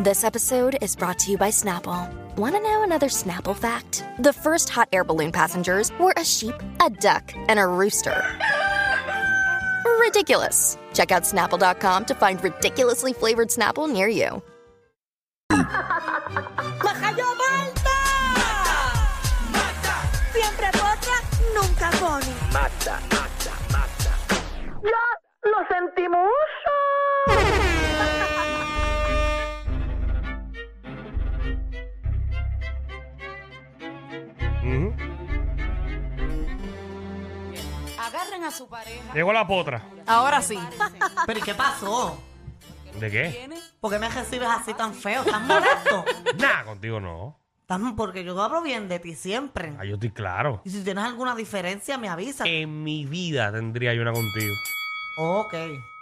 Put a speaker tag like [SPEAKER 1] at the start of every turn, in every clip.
[SPEAKER 1] This episode is brought to you by Snapple. Want to know another Snapple fact? The first hot air balloon passengers were a sheep, a duck, and a rooster. Ridiculous. Check out snapple.com to find ridiculously flavored Snapple near you.
[SPEAKER 2] ¡Majayo Malta! ¡Mata! ¡Mata! Siempre potra, nunca pone. ¡Ya lo sentimos!
[SPEAKER 3] Agarren a su pareja.
[SPEAKER 4] Llegó la potra.
[SPEAKER 5] Ahora sí.
[SPEAKER 3] Pero ¿y qué pasó?
[SPEAKER 4] ¿De qué?
[SPEAKER 3] ¿Por qué me recibes así tan feo, tan molesto?
[SPEAKER 4] Nada, contigo no.
[SPEAKER 3] Tan- porque yo hablo bien de ti siempre.
[SPEAKER 4] Ah, yo estoy claro.
[SPEAKER 3] Y si tienes alguna diferencia, me avisas.
[SPEAKER 4] En mi vida tendría yo una contigo.
[SPEAKER 3] Ok.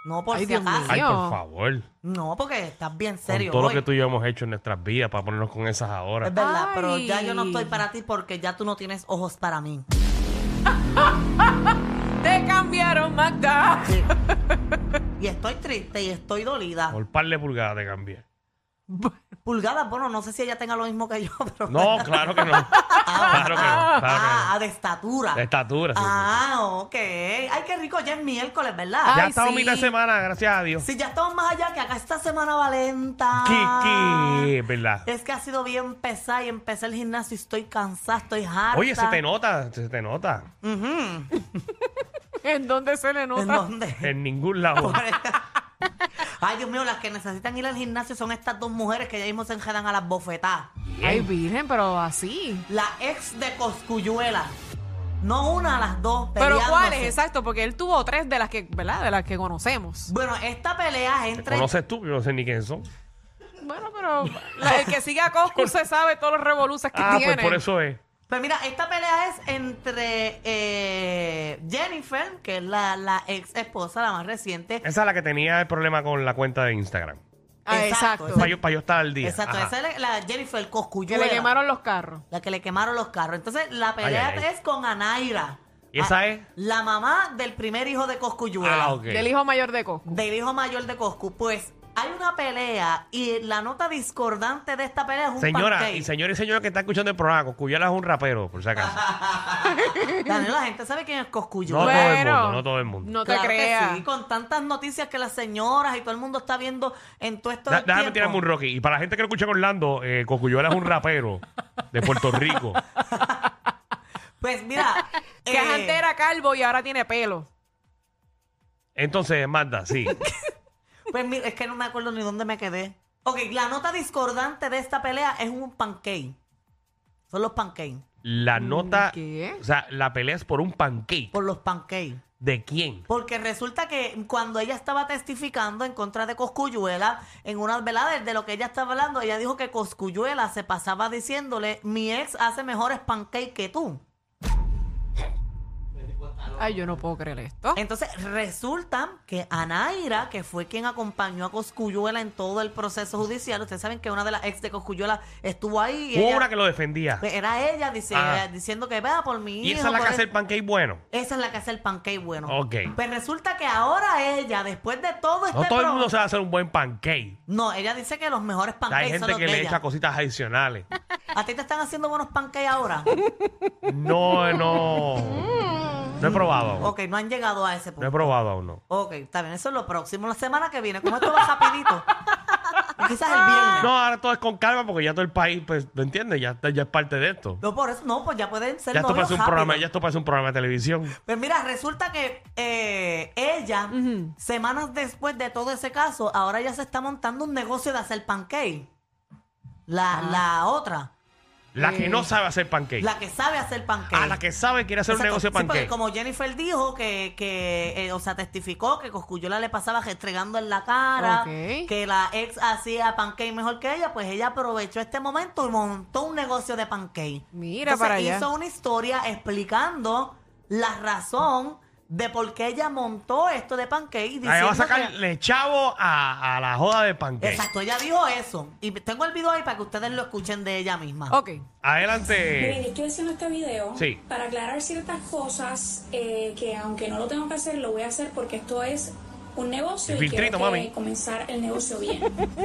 [SPEAKER 3] No, por
[SPEAKER 5] Ay,
[SPEAKER 3] si
[SPEAKER 5] Dios mío.
[SPEAKER 3] acaso.
[SPEAKER 4] Ay, por
[SPEAKER 5] Yo.
[SPEAKER 4] favor.
[SPEAKER 3] No, porque estás bien serio
[SPEAKER 4] con todo
[SPEAKER 3] hoy.
[SPEAKER 4] lo que tú y yo hemos hecho en nuestras vidas para ponernos con esas ahora.
[SPEAKER 3] Es verdad,
[SPEAKER 5] Ay.
[SPEAKER 3] pero ya yo no estoy para ti porque ya tú no tienes ojos para mí.
[SPEAKER 5] Te cambiaron, Magda.
[SPEAKER 3] Sí. y estoy triste y estoy dolida.
[SPEAKER 4] Por par de pulgadas te cambié.
[SPEAKER 3] Pulgadas, bueno, no sé si ella tenga lo mismo que yo, pero...
[SPEAKER 4] No, claro que no. Claro que no.
[SPEAKER 3] Ah,
[SPEAKER 4] Claro
[SPEAKER 3] ah, de estatura.
[SPEAKER 4] que no. De estatura. sí, sí.
[SPEAKER 3] Ah, ok. Ay, qué rico, ya es miércoles, ¿verdad?
[SPEAKER 5] Ah.
[SPEAKER 4] Ya
[SPEAKER 5] ay,
[SPEAKER 4] estamos
[SPEAKER 5] sí.
[SPEAKER 4] mitad de semana, gracias a Dios.
[SPEAKER 3] Si ya estamos más allá, que acá esta semana valenta.
[SPEAKER 4] Kiki, ¿verdad?
[SPEAKER 3] Es que ha sido bien pesada y empecé el gimnasio y estoy cansada, estoy harta.
[SPEAKER 4] Oye, se te nota, se te nota.
[SPEAKER 3] Ujú.
[SPEAKER 5] ¿En dónde se le
[SPEAKER 3] ¿En
[SPEAKER 5] nota?
[SPEAKER 3] dónde?
[SPEAKER 4] En ningún lado.
[SPEAKER 3] Ay, Dios mío, las que necesitan ir al gimnasio son estas dos mujeres que ya mismo se enjedan a las bofetadas.
[SPEAKER 5] Ay, virgen, pero así.
[SPEAKER 3] La ex de Coscuyuela. No una, las dos.
[SPEAKER 5] Pero
[SPEAKER 3] peleándose.
[SPEAKER 5] ¿cuáles? Exacto, porque él tuvo tres de las que, ¿verdad? De las que conocemos.
[SPEAKER 3] Bueno, esta pelea es
[SPEAKER 4] ¿Te
[SPEAKER 3] entre.
[SPEAKER 4] conoces tú? Yo no sé ni quién son.
[SPEAKER 5] Bueno, pero la- el que sigue a Coscu se sabe todos los revoluces que
[SPEAKER 4] Ah,
[SPEAKER 5] tiene.
[SPEAKER 4] pues por eso es.
[SPEAKER 3] Pues mira, esta pelea es entre eh, Jennifer, que es la, la ex esposa, la más reciente.
[SPEAKER 4] Esa es la que tenía el problema con la cuenta de Instagram.
[SPEAKER 5] Ah,
[SPEAKER 3] Exacto,
[SPEAKER 5] exacto.
[SPEAKER 4] Para yo, para yo estar al día.
[SPEAKER 3] Exacto,
[SPEAKER 4] Ajá.
[SPEAKER 3] esa es la, la Jennifer
[SPEAKER 5] Que
[SPEAKER 3] Coscuyuela.
[SPEAKER 5] le quemaron los carros.
[SPEAKER 3] La que le quemaron los carros. Entonces, la pelea
[SPEAKER 4] Ay, ay, ay.
[SPEAKER 3] es con Anaira.
[SPEAKER 4] ¿Y esa
[SPEAKER 3] Ah,
[SPEAKER 4] es?
[SPEAKER 3] La mamá del primer hijo de Coscuyuela.
[SPEAKER 4] Ah, ok.
[SPEAKER 5] Del hijo mayor de Coscu.
[SPEAKER 3] Del hijo mayor de Coscu. Pues hay una pelea y la nota discordante de esta pelea es un
[SPEAKER 4] Señora,
[SPEAKER 3] pancake.
[SPEAKER 4] y señor y señora que está escuchando el programa, Coscuyuela es un rapero, por si acaso.
[SPEAKER 3] Daniel, la gente sabe quién es
[SPEAKER 4] No
[SPEAKER 3] Coscuyuela.
[SPEAKER 4] todo el mundo, no todo el mundo.
[SPEAKER 5] No te
[SPEAKER 3] Claro que
[SPEAKER 5] creas.
[SPEAKER 3] sí, con tantas noticias que las señoras y todo el mundo está viendo en todo esto
[SPEAKER 4] Da- déjame tirarme un Rocky. Y para la gente que lo escucha en Orlando, eh, Coscuyuela es un rapero de Puerto Rico.
[SPEAKER 3] Pues mira,
[SPEAKER 5] Que
[SPEAKER 3] eh,
[SPEAKER 5] antes era calvo y ahora tiene pelo.
[SPEAKER 4] Entonces, manda, sí.
[SPEAKER 3] Pues mira, es que no me acuerdo ni dónde me quedé. Ok, la nota discordante de esta pelea es un pancake. Son los pancakes.
[SPEAKER 4] La nota.
[SPEAKER 5] ¿Qué?
[SPEAKER 4] O sea, la pelea es por un pancake.
[SPEAKER 3] Mm, Por los pancakes.
[SPEAKER 4] ¿De quién?
[SPEAKER 3] Porque resulta que cuando ella estaba testificando en contra de Coscuyuela, en una velada de lo que ella estaba hablando, ella dijo que Coscuyuela se pasaba diciéndole, mi ex hace mejores pancakes que tú.
[SPEAKER 5] Ay, yo no puedo creer esto.
[SPEAKER 3] Entonces resulta que Anaira, que fue quien acompañó a Coscuyuela en todo el proceso judicial, ustedes saben que una de las ex de Coscuyuela estuvo ahí. y
[SPEAKER 4] Hubo
[SPEAKER 3] ella-
[SPEAKER 4] una que lo defendía.
[SPEAKER 3] Pues era ella dice,
[SPEAKER 4] Ah.
[SPEAKER 3] diciendo que vea por mi hijo.
[SPEAKER 4] Y esa es la que
[SPEAKER 3] por
[SPEAKER 4] hace
[SPEAKER 3] el-
[SPEAKER 4] el pancake bueno.
[SPEAKER 3] Esa es la que hace el pancake bueno.
[SPEAKER 4] Ok.
[SPEAKER 3] Pues resulta que ahora ella, después de todo este
[SPEAKER 4] No todo el
[SPEAKER 3] pro-
[SPEAKER 4] mundo sabe hacer un buen pancake.
[SPEAKER 3] No, ella dice que los mejores pancakes
[SPEAKER 4] Hay
[SPEAKER 3] son
[SPEAKER 4] gente
[SPEAKER 3] los
[SPEAKER 4] que
[SPEAKER 3] de
[SPEAKER 4] le
[SPEAKER 3] ella.
[SPEAKER 4] echa cositas adicionales.
[SPEAKER 3] ¿A ti te están haciendo buenos pancakes ahora?
[SPEAKER 4] No, no. No he probado aún.
[SPEAKER 3] Mm. ok, no han llegado a ese
[SPEAKER 4] Ah, No he
[SPEAKER 3] punto.
[SPEAKER 4] probado aún, no.
[SPEAKER 3] Ok, está bien, eso es lo próximo. La semana que viene, como esto va rapidito. Quizás el viernes.
[SPEAKER 4] No, ahora todo es con calma porque ya todo el país, pues, ¿me entiendes? Ya, está- ya es parte de esto.
[SPEAKER 3] No, por eso, no, pues ya pueden ser
[SPEAKER 4] Ya esto,
[SPEAKER 3] novios
[SPEAKER 4] parece un
[SPEAKER 3] rápido.
[SPEAKER 4] programa, ya esto parece un programa de televisión.
[SPEAKER 3] Pues mira, resulta que eh, ella,
[SPEAKER 5] Ujú.
[SPEAKER 3] semanas después de todo ese caso, ahora ya se está montando un negocio de hacer pancake.
[SPEAKER 4] Ah.
[SPEAKER 3] La, la otra,
[SPEAKER 4] La que
[SPEAKER 5] Eh.
[SPEAKER 4] no sabe hacer pancake.
[SPEAKER 3] la que sabe hacer pancake.
[SPEAKER 4] A Ah, la que sabe quiere hacer un
[SPEAKER 3] Exacto.
[SPEAKER 4] negocio de
[SPEAKER 3] Sí, porque
[SPEAKER 4] pancake.
[SPEAKER 3] como Jennifer dijo que, que eh, o sea, testificó que Coscuyola le pasaba restregando en la cara,
[SPEAKER 5] Ok.
[SPEAKER 3] que la ex hacía pancake mejor que ella, pues ella aprovechó este momento y montó un negocio de pancake.
[SPEAKER 5] Mira
[SPEAKER 3] Entonces,
[SPEAKER 5] para allá.
[SPEAKER 3] hizo una historia explicando la razón de por qué ella montó esto de pancake y
[SPEAKER 4] Ahí va
[SPEAKER 3] diciendo
[SPEAKER 4] a sacar
[SPEAKER 3] que-
[SPEAKER 4] le chavo a, a la joda de pancake.
[SPEAKER 3] Exacto, ella dijo eso. Y tengo el video ahí para que ustedes lo escuchen de ella misma.
[SPEAKER 5] Ok.
[SPEAKER 6] Miren,
[SPEAKER 4] Adelante.
[SPEAKER 6] yo estoy haciendo este video
[SPEAKER 4] Sí.
[SPEAKER 6] para aclarar ciertas cosas eh, que aunque no lo tengo que hacer, lo voy a hacer porque esto es un negocio
[SPEAKER 4] El
[SPEAKER 6] y
[SPEAKER 4] filtrito,
[SPEAKER 6] quiero que-
[SPEAKER 4] mami.
[SPEAKER 6] comenzar el negocio bien.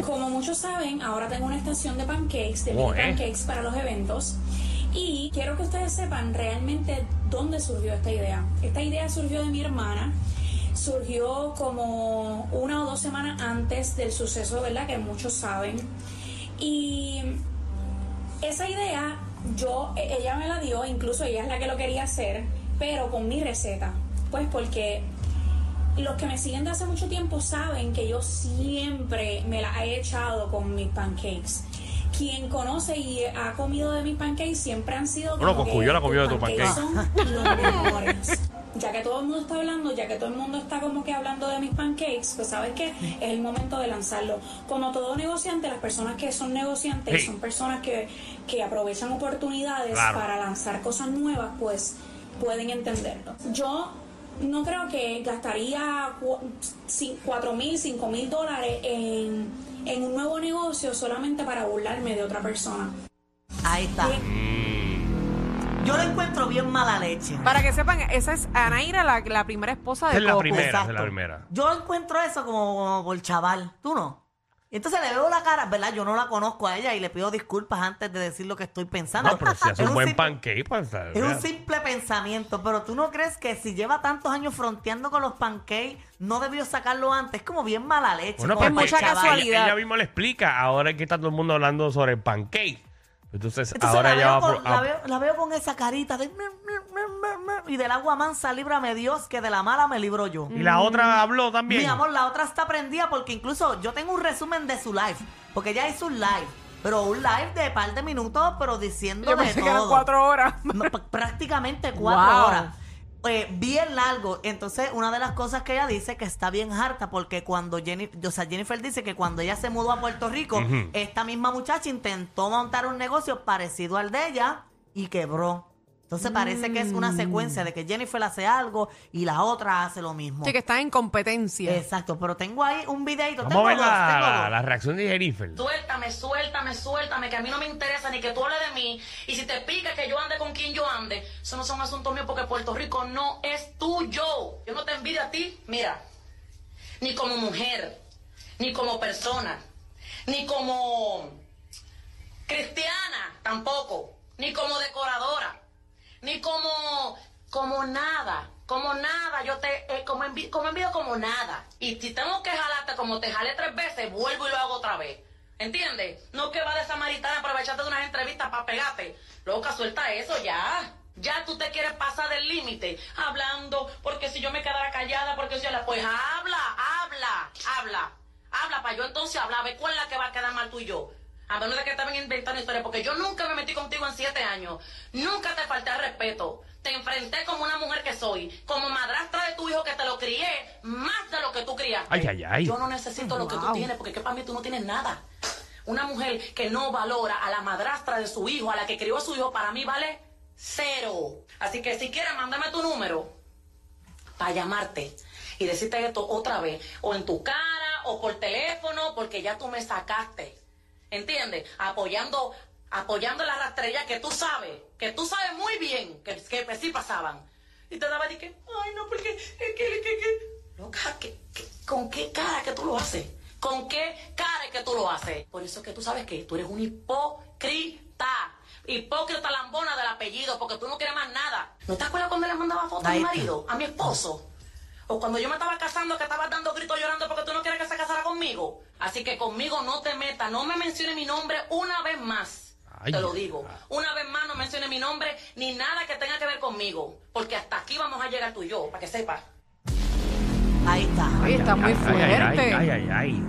[SPEAKER 6] Como muchos saben, ahora tengo una estación de pancakes, de mini
[SPEAKER 4] Oh, ¿eh?
[SPEAKER 6] pancakes para los eventos. Y quiero que ustedes sepan realmente dónde surgió esta idea. Esta idea surgió de mi hermana. Surgió como una o dos semanas antes del suceso, ¿verdad? Que muchos saben. Y esa idea, yo, e- ella me la dio, incluso ella es la que lo quería hacer, pero con mi receta. Pues porque los que me siguen de hace mucho tiempo saben que yo siempre me la he echado con mis pancakes. Quien conoce y ha comido de mis pancakes siempre han sido
[SPEAKER 4] Bueno,
[SPEAKER 6] como que
[SPEAKER 4] Cosculluela comió de
[SPEAKER 6] tus
[SPEAKER 4] tus
[SPEAKER 6] Son los mejores. Ya que todo el mundo está hablando, ya que todo el mundo está como que hablando de mis pancakes, pues sabes que es el momento de lanzarlo. Como todo negociante, las personas que son negociantes
[SPEAKER 4] Sí.
[SPEAKER 6] son personas que, que aprovechan oportunidades
[SPEAKER 4] Claro.
[SPEAKER 6] para lanzar cosas nuevas, pues pueden entenderlo. Yo no creo que gastaría 4 mil, 5 mil dólares en, en un nuevo negocio solamente para burlarme de otra persona.
[SPEAKER 3] Ahí está. Yo lo encuentro bien mala leche.
[SPEAKER 5] Para que sepan, esa es Anaira, la, la primera esposa de
[SPEAKER 4] Es la
[SPEAKER 5] Coco.
[SPEAKER 4] primera,
[SPEAKER 3] Exacto.
[SPEAKER 4] es la primera.
[SPEAKER 3] Yo encuentro eso como, como por chaval, tú no. Y Entonces le veo la cara, ¿verdad? Yo no la conozco a ella y le pido disculpas antes de decir lo que estoy pensando.
[SPEAKER 4] No, pero si hace
[SPEAKER 3] Es
[SPEAKER 4] un buen
[SPEAKER 3] simple-
[SPEAKER 4] pancake, pues,
[SPEAKER 3] Es un
[SPEAKER 4] ¿sabes?
[SPEAKER 3] simple pensamiento, pero tú no crees que si lleva tantos años fronteando con los pancakes, no debió sacarlo antes. Es como bien mala leche.
[SPEAKER 4] Bueno,
[SPEAKER 3] como
[SPEAKER 5] Es
[SPEAKER 4] pero
[SPEAKER 3] por
[SPEAKER 5] mucha
[SPEAKER 4] ella-
[SPEAKER 3] chaval.
[SPEAKER 5] casualidad.
[SPEAKER 4] Ella, misma le explica. Ahora es que está todo el mundo hablando sobre el pancake. Entonces,
[SPEAKER 3] Entonces
[SPEAKER 4] ahora
[SPEAKER 3] la,
[SPEAKER 4] ella
[SPEAKER 3] veo
[SPEAKER 4] va
[SPEAKER 3] con,
[SPEAKER 4] por-
[SPEAKER 3] la,
[SPEAKER 4] a-
[SPEAKER 3] veo, la veo con esa carita de... Y del agua mansa, líbrame Dios, que de la mala me libro yo.
[SPEAKER 4] Y la otra habló también.
[SPEAKER 3] Mm. Mi amor, la otra está prendida porque incluso yo tengo un resumen de su live. Porque ella hizo un live. Pero un live de par de minutos, pero diciendo
[SPEAKER 5] Yo
[SPEAKER 3] de
[SPEAKER 5] pensé
[SPEAKER 3] todo.
[SPEAKER 5] que eran cuatro horas.
[SPEAKER 3] No, pr- prácticamente cuatro
[SPEAKER 5] Wow.
[SPEAKER 3] horas. Eh, bien largo. Entonces, una de las cosas que ella dice que está bien harta porque cuando Jennifer, o sea, Jennifer dice que cuando ella se mudó a Puerto Rico,
[SPEAKER 4] Ujú.
[SPEAKER 3] esta misma muchacha intentó montar un negocio parecido al de ella y quebró. Entonces parece que es una secuencia de que Jennifer hace algo y la otra hace lo mismo.
[SPEAKER 5] Sí, que están en competencia.
[SPEAKER 3] Exacto, pero tengo ahí un videito.
[SPEAKER 4] Vamos
[SPEAKER 3] tengo
[SPEAKER 4] a ver
[SPEAKER 3] dos,
[SPEAKER 4] la,
[SPEAKER 3] tengo
[SPEAKER 4] la-
[SPEAKER 3] dos.
[SPEAKER 4] la reacción de Jennifer.
[SPEAKER 7] Suéltame, suéltame, suéltame, que a mí no me interesa ni que tú hables de mí. Y si te pica que yo ande con quien yo ande, eso no son asuntos míos porque Puerto Rico no es tuyo. Yo no te envidio a ti, mira, ni como mujer, ni como persona, ni como cristiana tampoco, ni como decoradora, ni como, como nada, como nada, yo te, eh, como, envi- como envío como nada. Y si tengo que jalarte como te jalé tres veces, vuelvo y lo hago otra vez. ¿Entiendes? No que va de samaritana aprovecharte de unas entrevistas para pegarte. Loca, suelta eso ya. Ya tú te quieres pasar del límite hablando, porque si yo me quedara callada, porque si yo la... Pues habla, habla, habla. Habla para yo entonces hablar, ver cuál es la que va a quedar mal tú y yo. A menos de que estaban inventando historias, porque yo nunca me metí contigo en siete años. Nunca te falté al respeto. Te enfrenté como una mujer que soy, como madrastra de tu hijo que te lo crié, más de lo que tú criaste.
[SPEAKER 4] Ay, ay, ay.
[SPEAKER 7] Yo no necesito lo que tú
[SPEAKER 5] Wow.
[SPEAKER 7] tienes, porque es que para mí tú no tienes nada. Una mujer que no valora a la madrastra de su hijo, a la que crió a su hijo, para mí vale cero. Así que si quieres, mándame tu número para llamarte y decirte esto otra vez, o en tu cara, o por teléfono, porque ya tú me sacaste. ¿Entiendes? Apoyando, apoyando la rastrería que tú sabes, que tú sabes muy bien que, que, pues sí pasaban. Y te daba de que, ay no, porque, que, que, que, que". Loca, ¿qué- qué- ¿con qué cara que tú lo haces? ¿Con qué cara que tú lo haces? Por eso es que tú sabes que tú eres un hipócrita. Hipócrita lambona del apellido, porque tú no quieres más nada. ¿No te acuerdas cuando le mandaba fotos a
[SPEAKER 3] Ahí
[SPEAKER 7] mi
[SPEAKER 3] está.
[SPEAKER 7] marido, a mi esposo? O cuando yo me estaba casando, que estabas dando gritos llorando porque tú no quieres que se casara conmigo. Así que conmigo no te metas, no me menciones mi nombre una vez más.
[SPEAKER 4] Ay,
[SPEAKER 7] te lo
[SPEAKER 4] ya.
[SPEAKER 7] digo. Una vez más no menciones mi nombre ni nada que tenga que ver conmigo. Porque hasta aquí vamos a llegar tú y yo, para que sepas.
[SPEAKER 3] Ahí está.
[SPEAKER 5] Oye, está muy
[SPEAKER 4] Ay,
[SPEAKER 5] fuerte.
[SPEAKER 4] ay, ay, ay, ay, ay.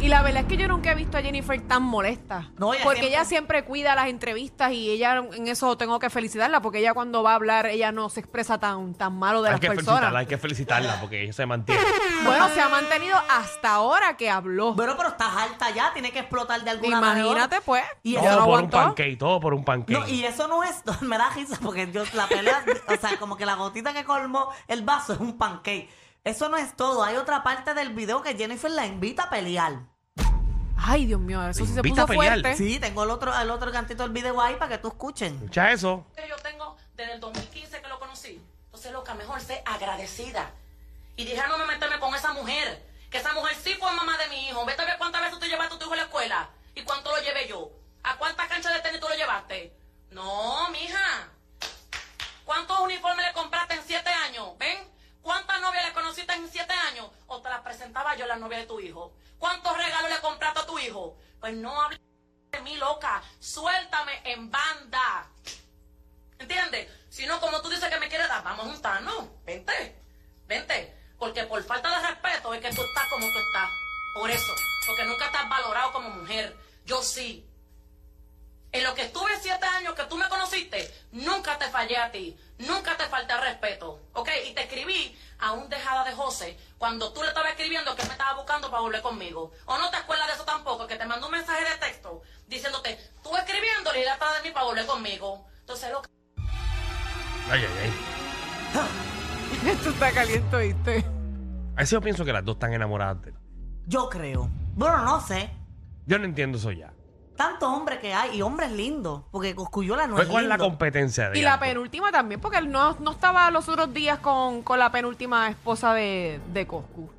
[SPEAKER 5] Y la verdad es que yo nunca he visto a Jennifer tan molesta.
[SPEAKER 3] No, ella
[SPEAKER 5] porque
[SPEAKER 3] siempre-
[SPEAKER 5] ella siempre cuida las entrevistas y ella en eso tengo que felicitarla porque ella cuando va a hablar ella no se expresa tan, tan malo de
[SPEAKER 4] Hay
[SPEAKER 5] las
[SPEAKER 4] que
[SPEAKER 5] personas.
[SPEAKER 4] felicitarla, hay que felicitarla porque ella se mantiene.
[SPEAKER 5] Bueno, se ha mantenido hasta ahora que habló.
[SPEAKER 3] Bueno, pero estás alta ya, tiene que explotar de alguna manera.
[SPEAKER 5] Imagínate pues.
[SPEAKER 3] Y
[SPEAKER 5] ella
[SPEAKER 4] todo
[SPEAKER 3] eso
[SPEAKER 5] no
[SPEAKER 4] por un
[SPEAKER 5] aguantó.
[SPEAKER 4] pancake, todo por un pancake.
[SPEAKER 3] No, y eso no es, me da risa porque yo la pelea, o sea, como que la gotita que colmó el vaso es un pancake. Eso no es todo, hay otra parte del video que Jennifer la invita a pelear.
[SPEAKER 5] Ay, Dios mío, eso sí se puso
[SPEAKER 4] Invita a pelear.
[SPEAKER 5] fuerte.
[SPEAKER 3] Sí, tengo el otro, el otro cantito del video ahí para que tú escuchen.
[SPEAKER 4] Escucha eso.
[SPEAKER 7] que yo tengo desde el 2015 que lo conocí. Entonces, loca, mejor sé agradecida. Y dije, "Ah, no me meterme con esa mujer. Que esa mujer sí fue mamá de mi hijo. Vete a ver cuántas veces tú llevaste a tu hijo a la escuela. ¿Y cuánto lo llevé yo? ¿A cuántas canchas de tenis tú lo llevaste? No, mija. ¿Cuántos uniformes le compraste en siete años? ¿Ven? ¿Cuántas novias le conociste en siete años? ¿O te las presentaba yo las novias de tu hijo? ¿Cuántos regalos le compraste a tu hijo? Pues no hables de mí, loca. Suéltame en banda. ¿Entiendes? Si no, como tú dices que me quieres dar, vamos a juntarnos. Vente, vente. Porque por falta de respeto es que tú estás como tú estás. Por eso. Porque nunca estás valorado como mujer. Yo sí. En lo que estuve siete años que tú me conociste, nunca te fallé a ti, nunca te falté al respeto, ¿ok? Y te escribí a un dejada de José cuando tú le estabas escribiendo que me estaba buscando para volver conmigo. O no te acuerdas de eso tampoco, que te mandó un mensaje de texto diciéndote, tú escribiéndole y él atrás de mí para volver conmigo. Entonces, loca,
[SPEAKER 4] Ay, ay, ay.
[SPEAKER 5] Esto está caliente, ¿viste?
[SPEAKER 4] A veces yo pienso que las dos están enamoradas. de-
[SPEAKER 3] Yo creo. Bueno, no sé.
[SPEAKER 4] Yo no entiendo eso ya.
[SPEAKER 3] Tantos hombres que hay y hombres lindos. Porque Coscuyola no
[SPEAKER 4] Pues,
[SPEAKER 3] es
[SPEAKER 4] ¿Cuál es la
[SPEAKER 3] lindo.
[SPEAKER 4] competencia de
[SPEAKER 5] Y la
[SPEAKER 4] antes?
[SPEAKER 5] penúltima también, porque él no, no estaba los otros días con, con la penúltima esposa de, de Coscu.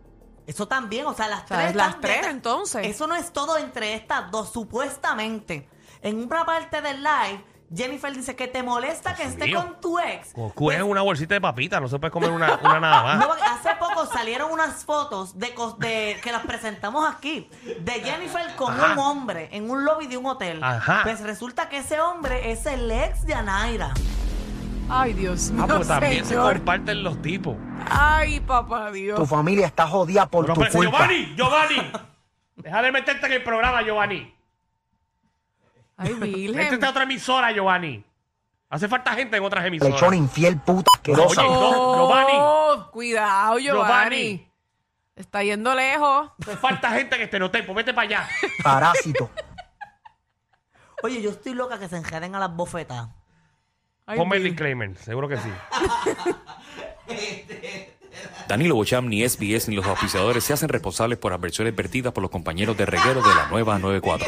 [SPEAKER 3] Eso también, o sea, las
[SPEAKER 5] sea,
[SPEAKER 3] tres.
[SPEAKER 5] las
[SPEAKER 3] están de-
[SPEAKER 5] tres, entonces.
[SPEAKER 3] Eso no es todo entre estas dos, supuestamente. En una parte del live, Jennifer dice que te molesta que
[SPEAKER 4] Dios
[SPEAKER 3] esté
[SPEAKER 4] mío.
[SPEAKER 3] con tu ex.
[SPEAKER 4] Coscu
[SPEAKER 5] Pues-
[SPEAKER 4] es Pues, una bolsita de papita, no se puede comer una, una nada más.
[SPEAKER 3] No, porque hace poco salieron unas fotos de, cos- de- que las presentamos aquí de Jennifer con
[SPEAKER 4] Ajá.
[SPEAKER 3] un hombre en un lobby de un hotel.
[SPEAKER 4] Ajá.
[SPEAKER 3] Pues resulta que ese hombre es el ex de Anaira.
[SPEAKER 5] Ay, Dios mío.
[SPEAKER 4] ah, pero también se
[SPEAKER 5] señor.
[SPEAKER 4] comparten los tipos.
[SPEAKER 5] Ay, papá Dios.
[SPEAKER 8] Tu familia está jodida por
[SPEAKER 4] Pero,
[SPEAKER 8] tu
[SPEAKER 4] pero,
[SPEAKER 8] culpa.
[SPEAKER 4] Giovanni, Giovanni. Deja de meterte en el programa, Giovanni.
[SPEAKER 5] Ay, Virgen.
[SPEAKER 4] Métete a otra emisora, Giovanni. Hace falta gente en otras emisoras.
[SPEAKER 8] Lechón infiel, puta asquerosa.
[SPEAKER 4] Oye, no, Giovanni.
[SPEAKER 5] Oh, Cuidado, Giovanni.
[SPEAKER 4] Giovanni.
[SPEAKER 5] Está yendo lejos.
[SPEAKER 4] Hace falta gente en este notepo. Vete para allá.
[SPEAKER 8] Parásito.
[SPEAKER 3] Oye, yo estoy loca que se enjeden a las bofetas.
[SPEAKER 5] Ay, Ah,
[SPEAKER 4] Ponme el
[SPEAKER 5] Virgen.
[SPEAKER 4] disclaimer, seguro que sí.
[SPEAKER 9] Danilo Bocham, ni SBS, ni los auspiciadores se hacen responsables por adversiones vertidas por los compañeros de reguero de la nueva 94.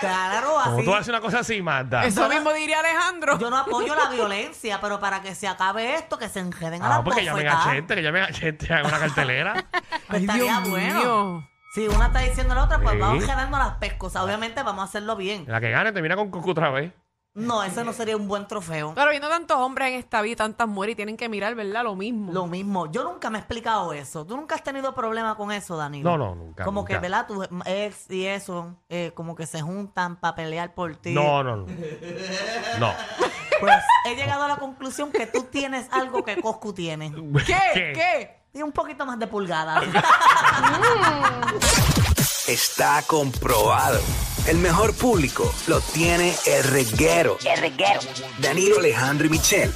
[SPEAKER 3] Claro,
[SPEAKER 4] Como
[SPEAKER 3] así.
[SPEAKER 4] tú haces una cosa así, Magda.
[SPEAKER 5] Eso mismo diría Alejandro.
[SPEAKER 3] Yo no apoyo la violencia, pero para que se acabe esto, que se enjeden a
[SPEAKER 4] Ah,
[SPEAKER 3] las
[SPEAKER 4] porque llamen a
[SPEAKER 3] bofetas.
[SPEAKER 4] gente, que llamen a gente a una cartelera.
[SPEAKER 3] Pues
[SPEAKER 5] Ay,
[SPEAKER 3] estaría
[SPEAKER 5] Dios
[SPEAKER 3] bueno.
[SPEAKER 5] mío.
[SPEAKER 3] Si una está diciendo a la otra, pues
[SPEAKER 4] Sí.
[SPEAKER 3] vamos enjedando las pescos. Obviamente vamos a hacerlo bien.
[SPEAKER 4] La que gane termina con Cucu otra vez.
[SPEAKER 3] No, ese no sería un buen trofeo.
[SPEAKER 5] Pero viendo tantos hombres en esta vida, tantas mujeres, y tienen que mirar, ¿verdad? Lo mismo.
[SPEAKER 3] Lo mismo. Yo nunca me he explicado eso. ¿Tú nunca has tenido problema con eso, Danilo?
[SPEAKER 4] No, no, nunca,
[SPEAKER 3] Como
[SPEAKER 4] nunca.
[SPEAKER 3] que, ¿verdad? Tus ex y eso, eh, como que se juntan para pelear por ti.
[SPEAKER 4] No, no, no. No.
[SPEAKER 3] Pues he llegado a la conclusión que tú tienes algo que Coscu tiene.
[SPEAKER 5] ¿Qué? ¿Qué?
[SPEAKER 3] Tiene un poquito más de pulgada.
[SPEAKER 10] Está comprobado. El mejor público lo tiene el reguero. El reguero. Danilo Alejandro y Michel.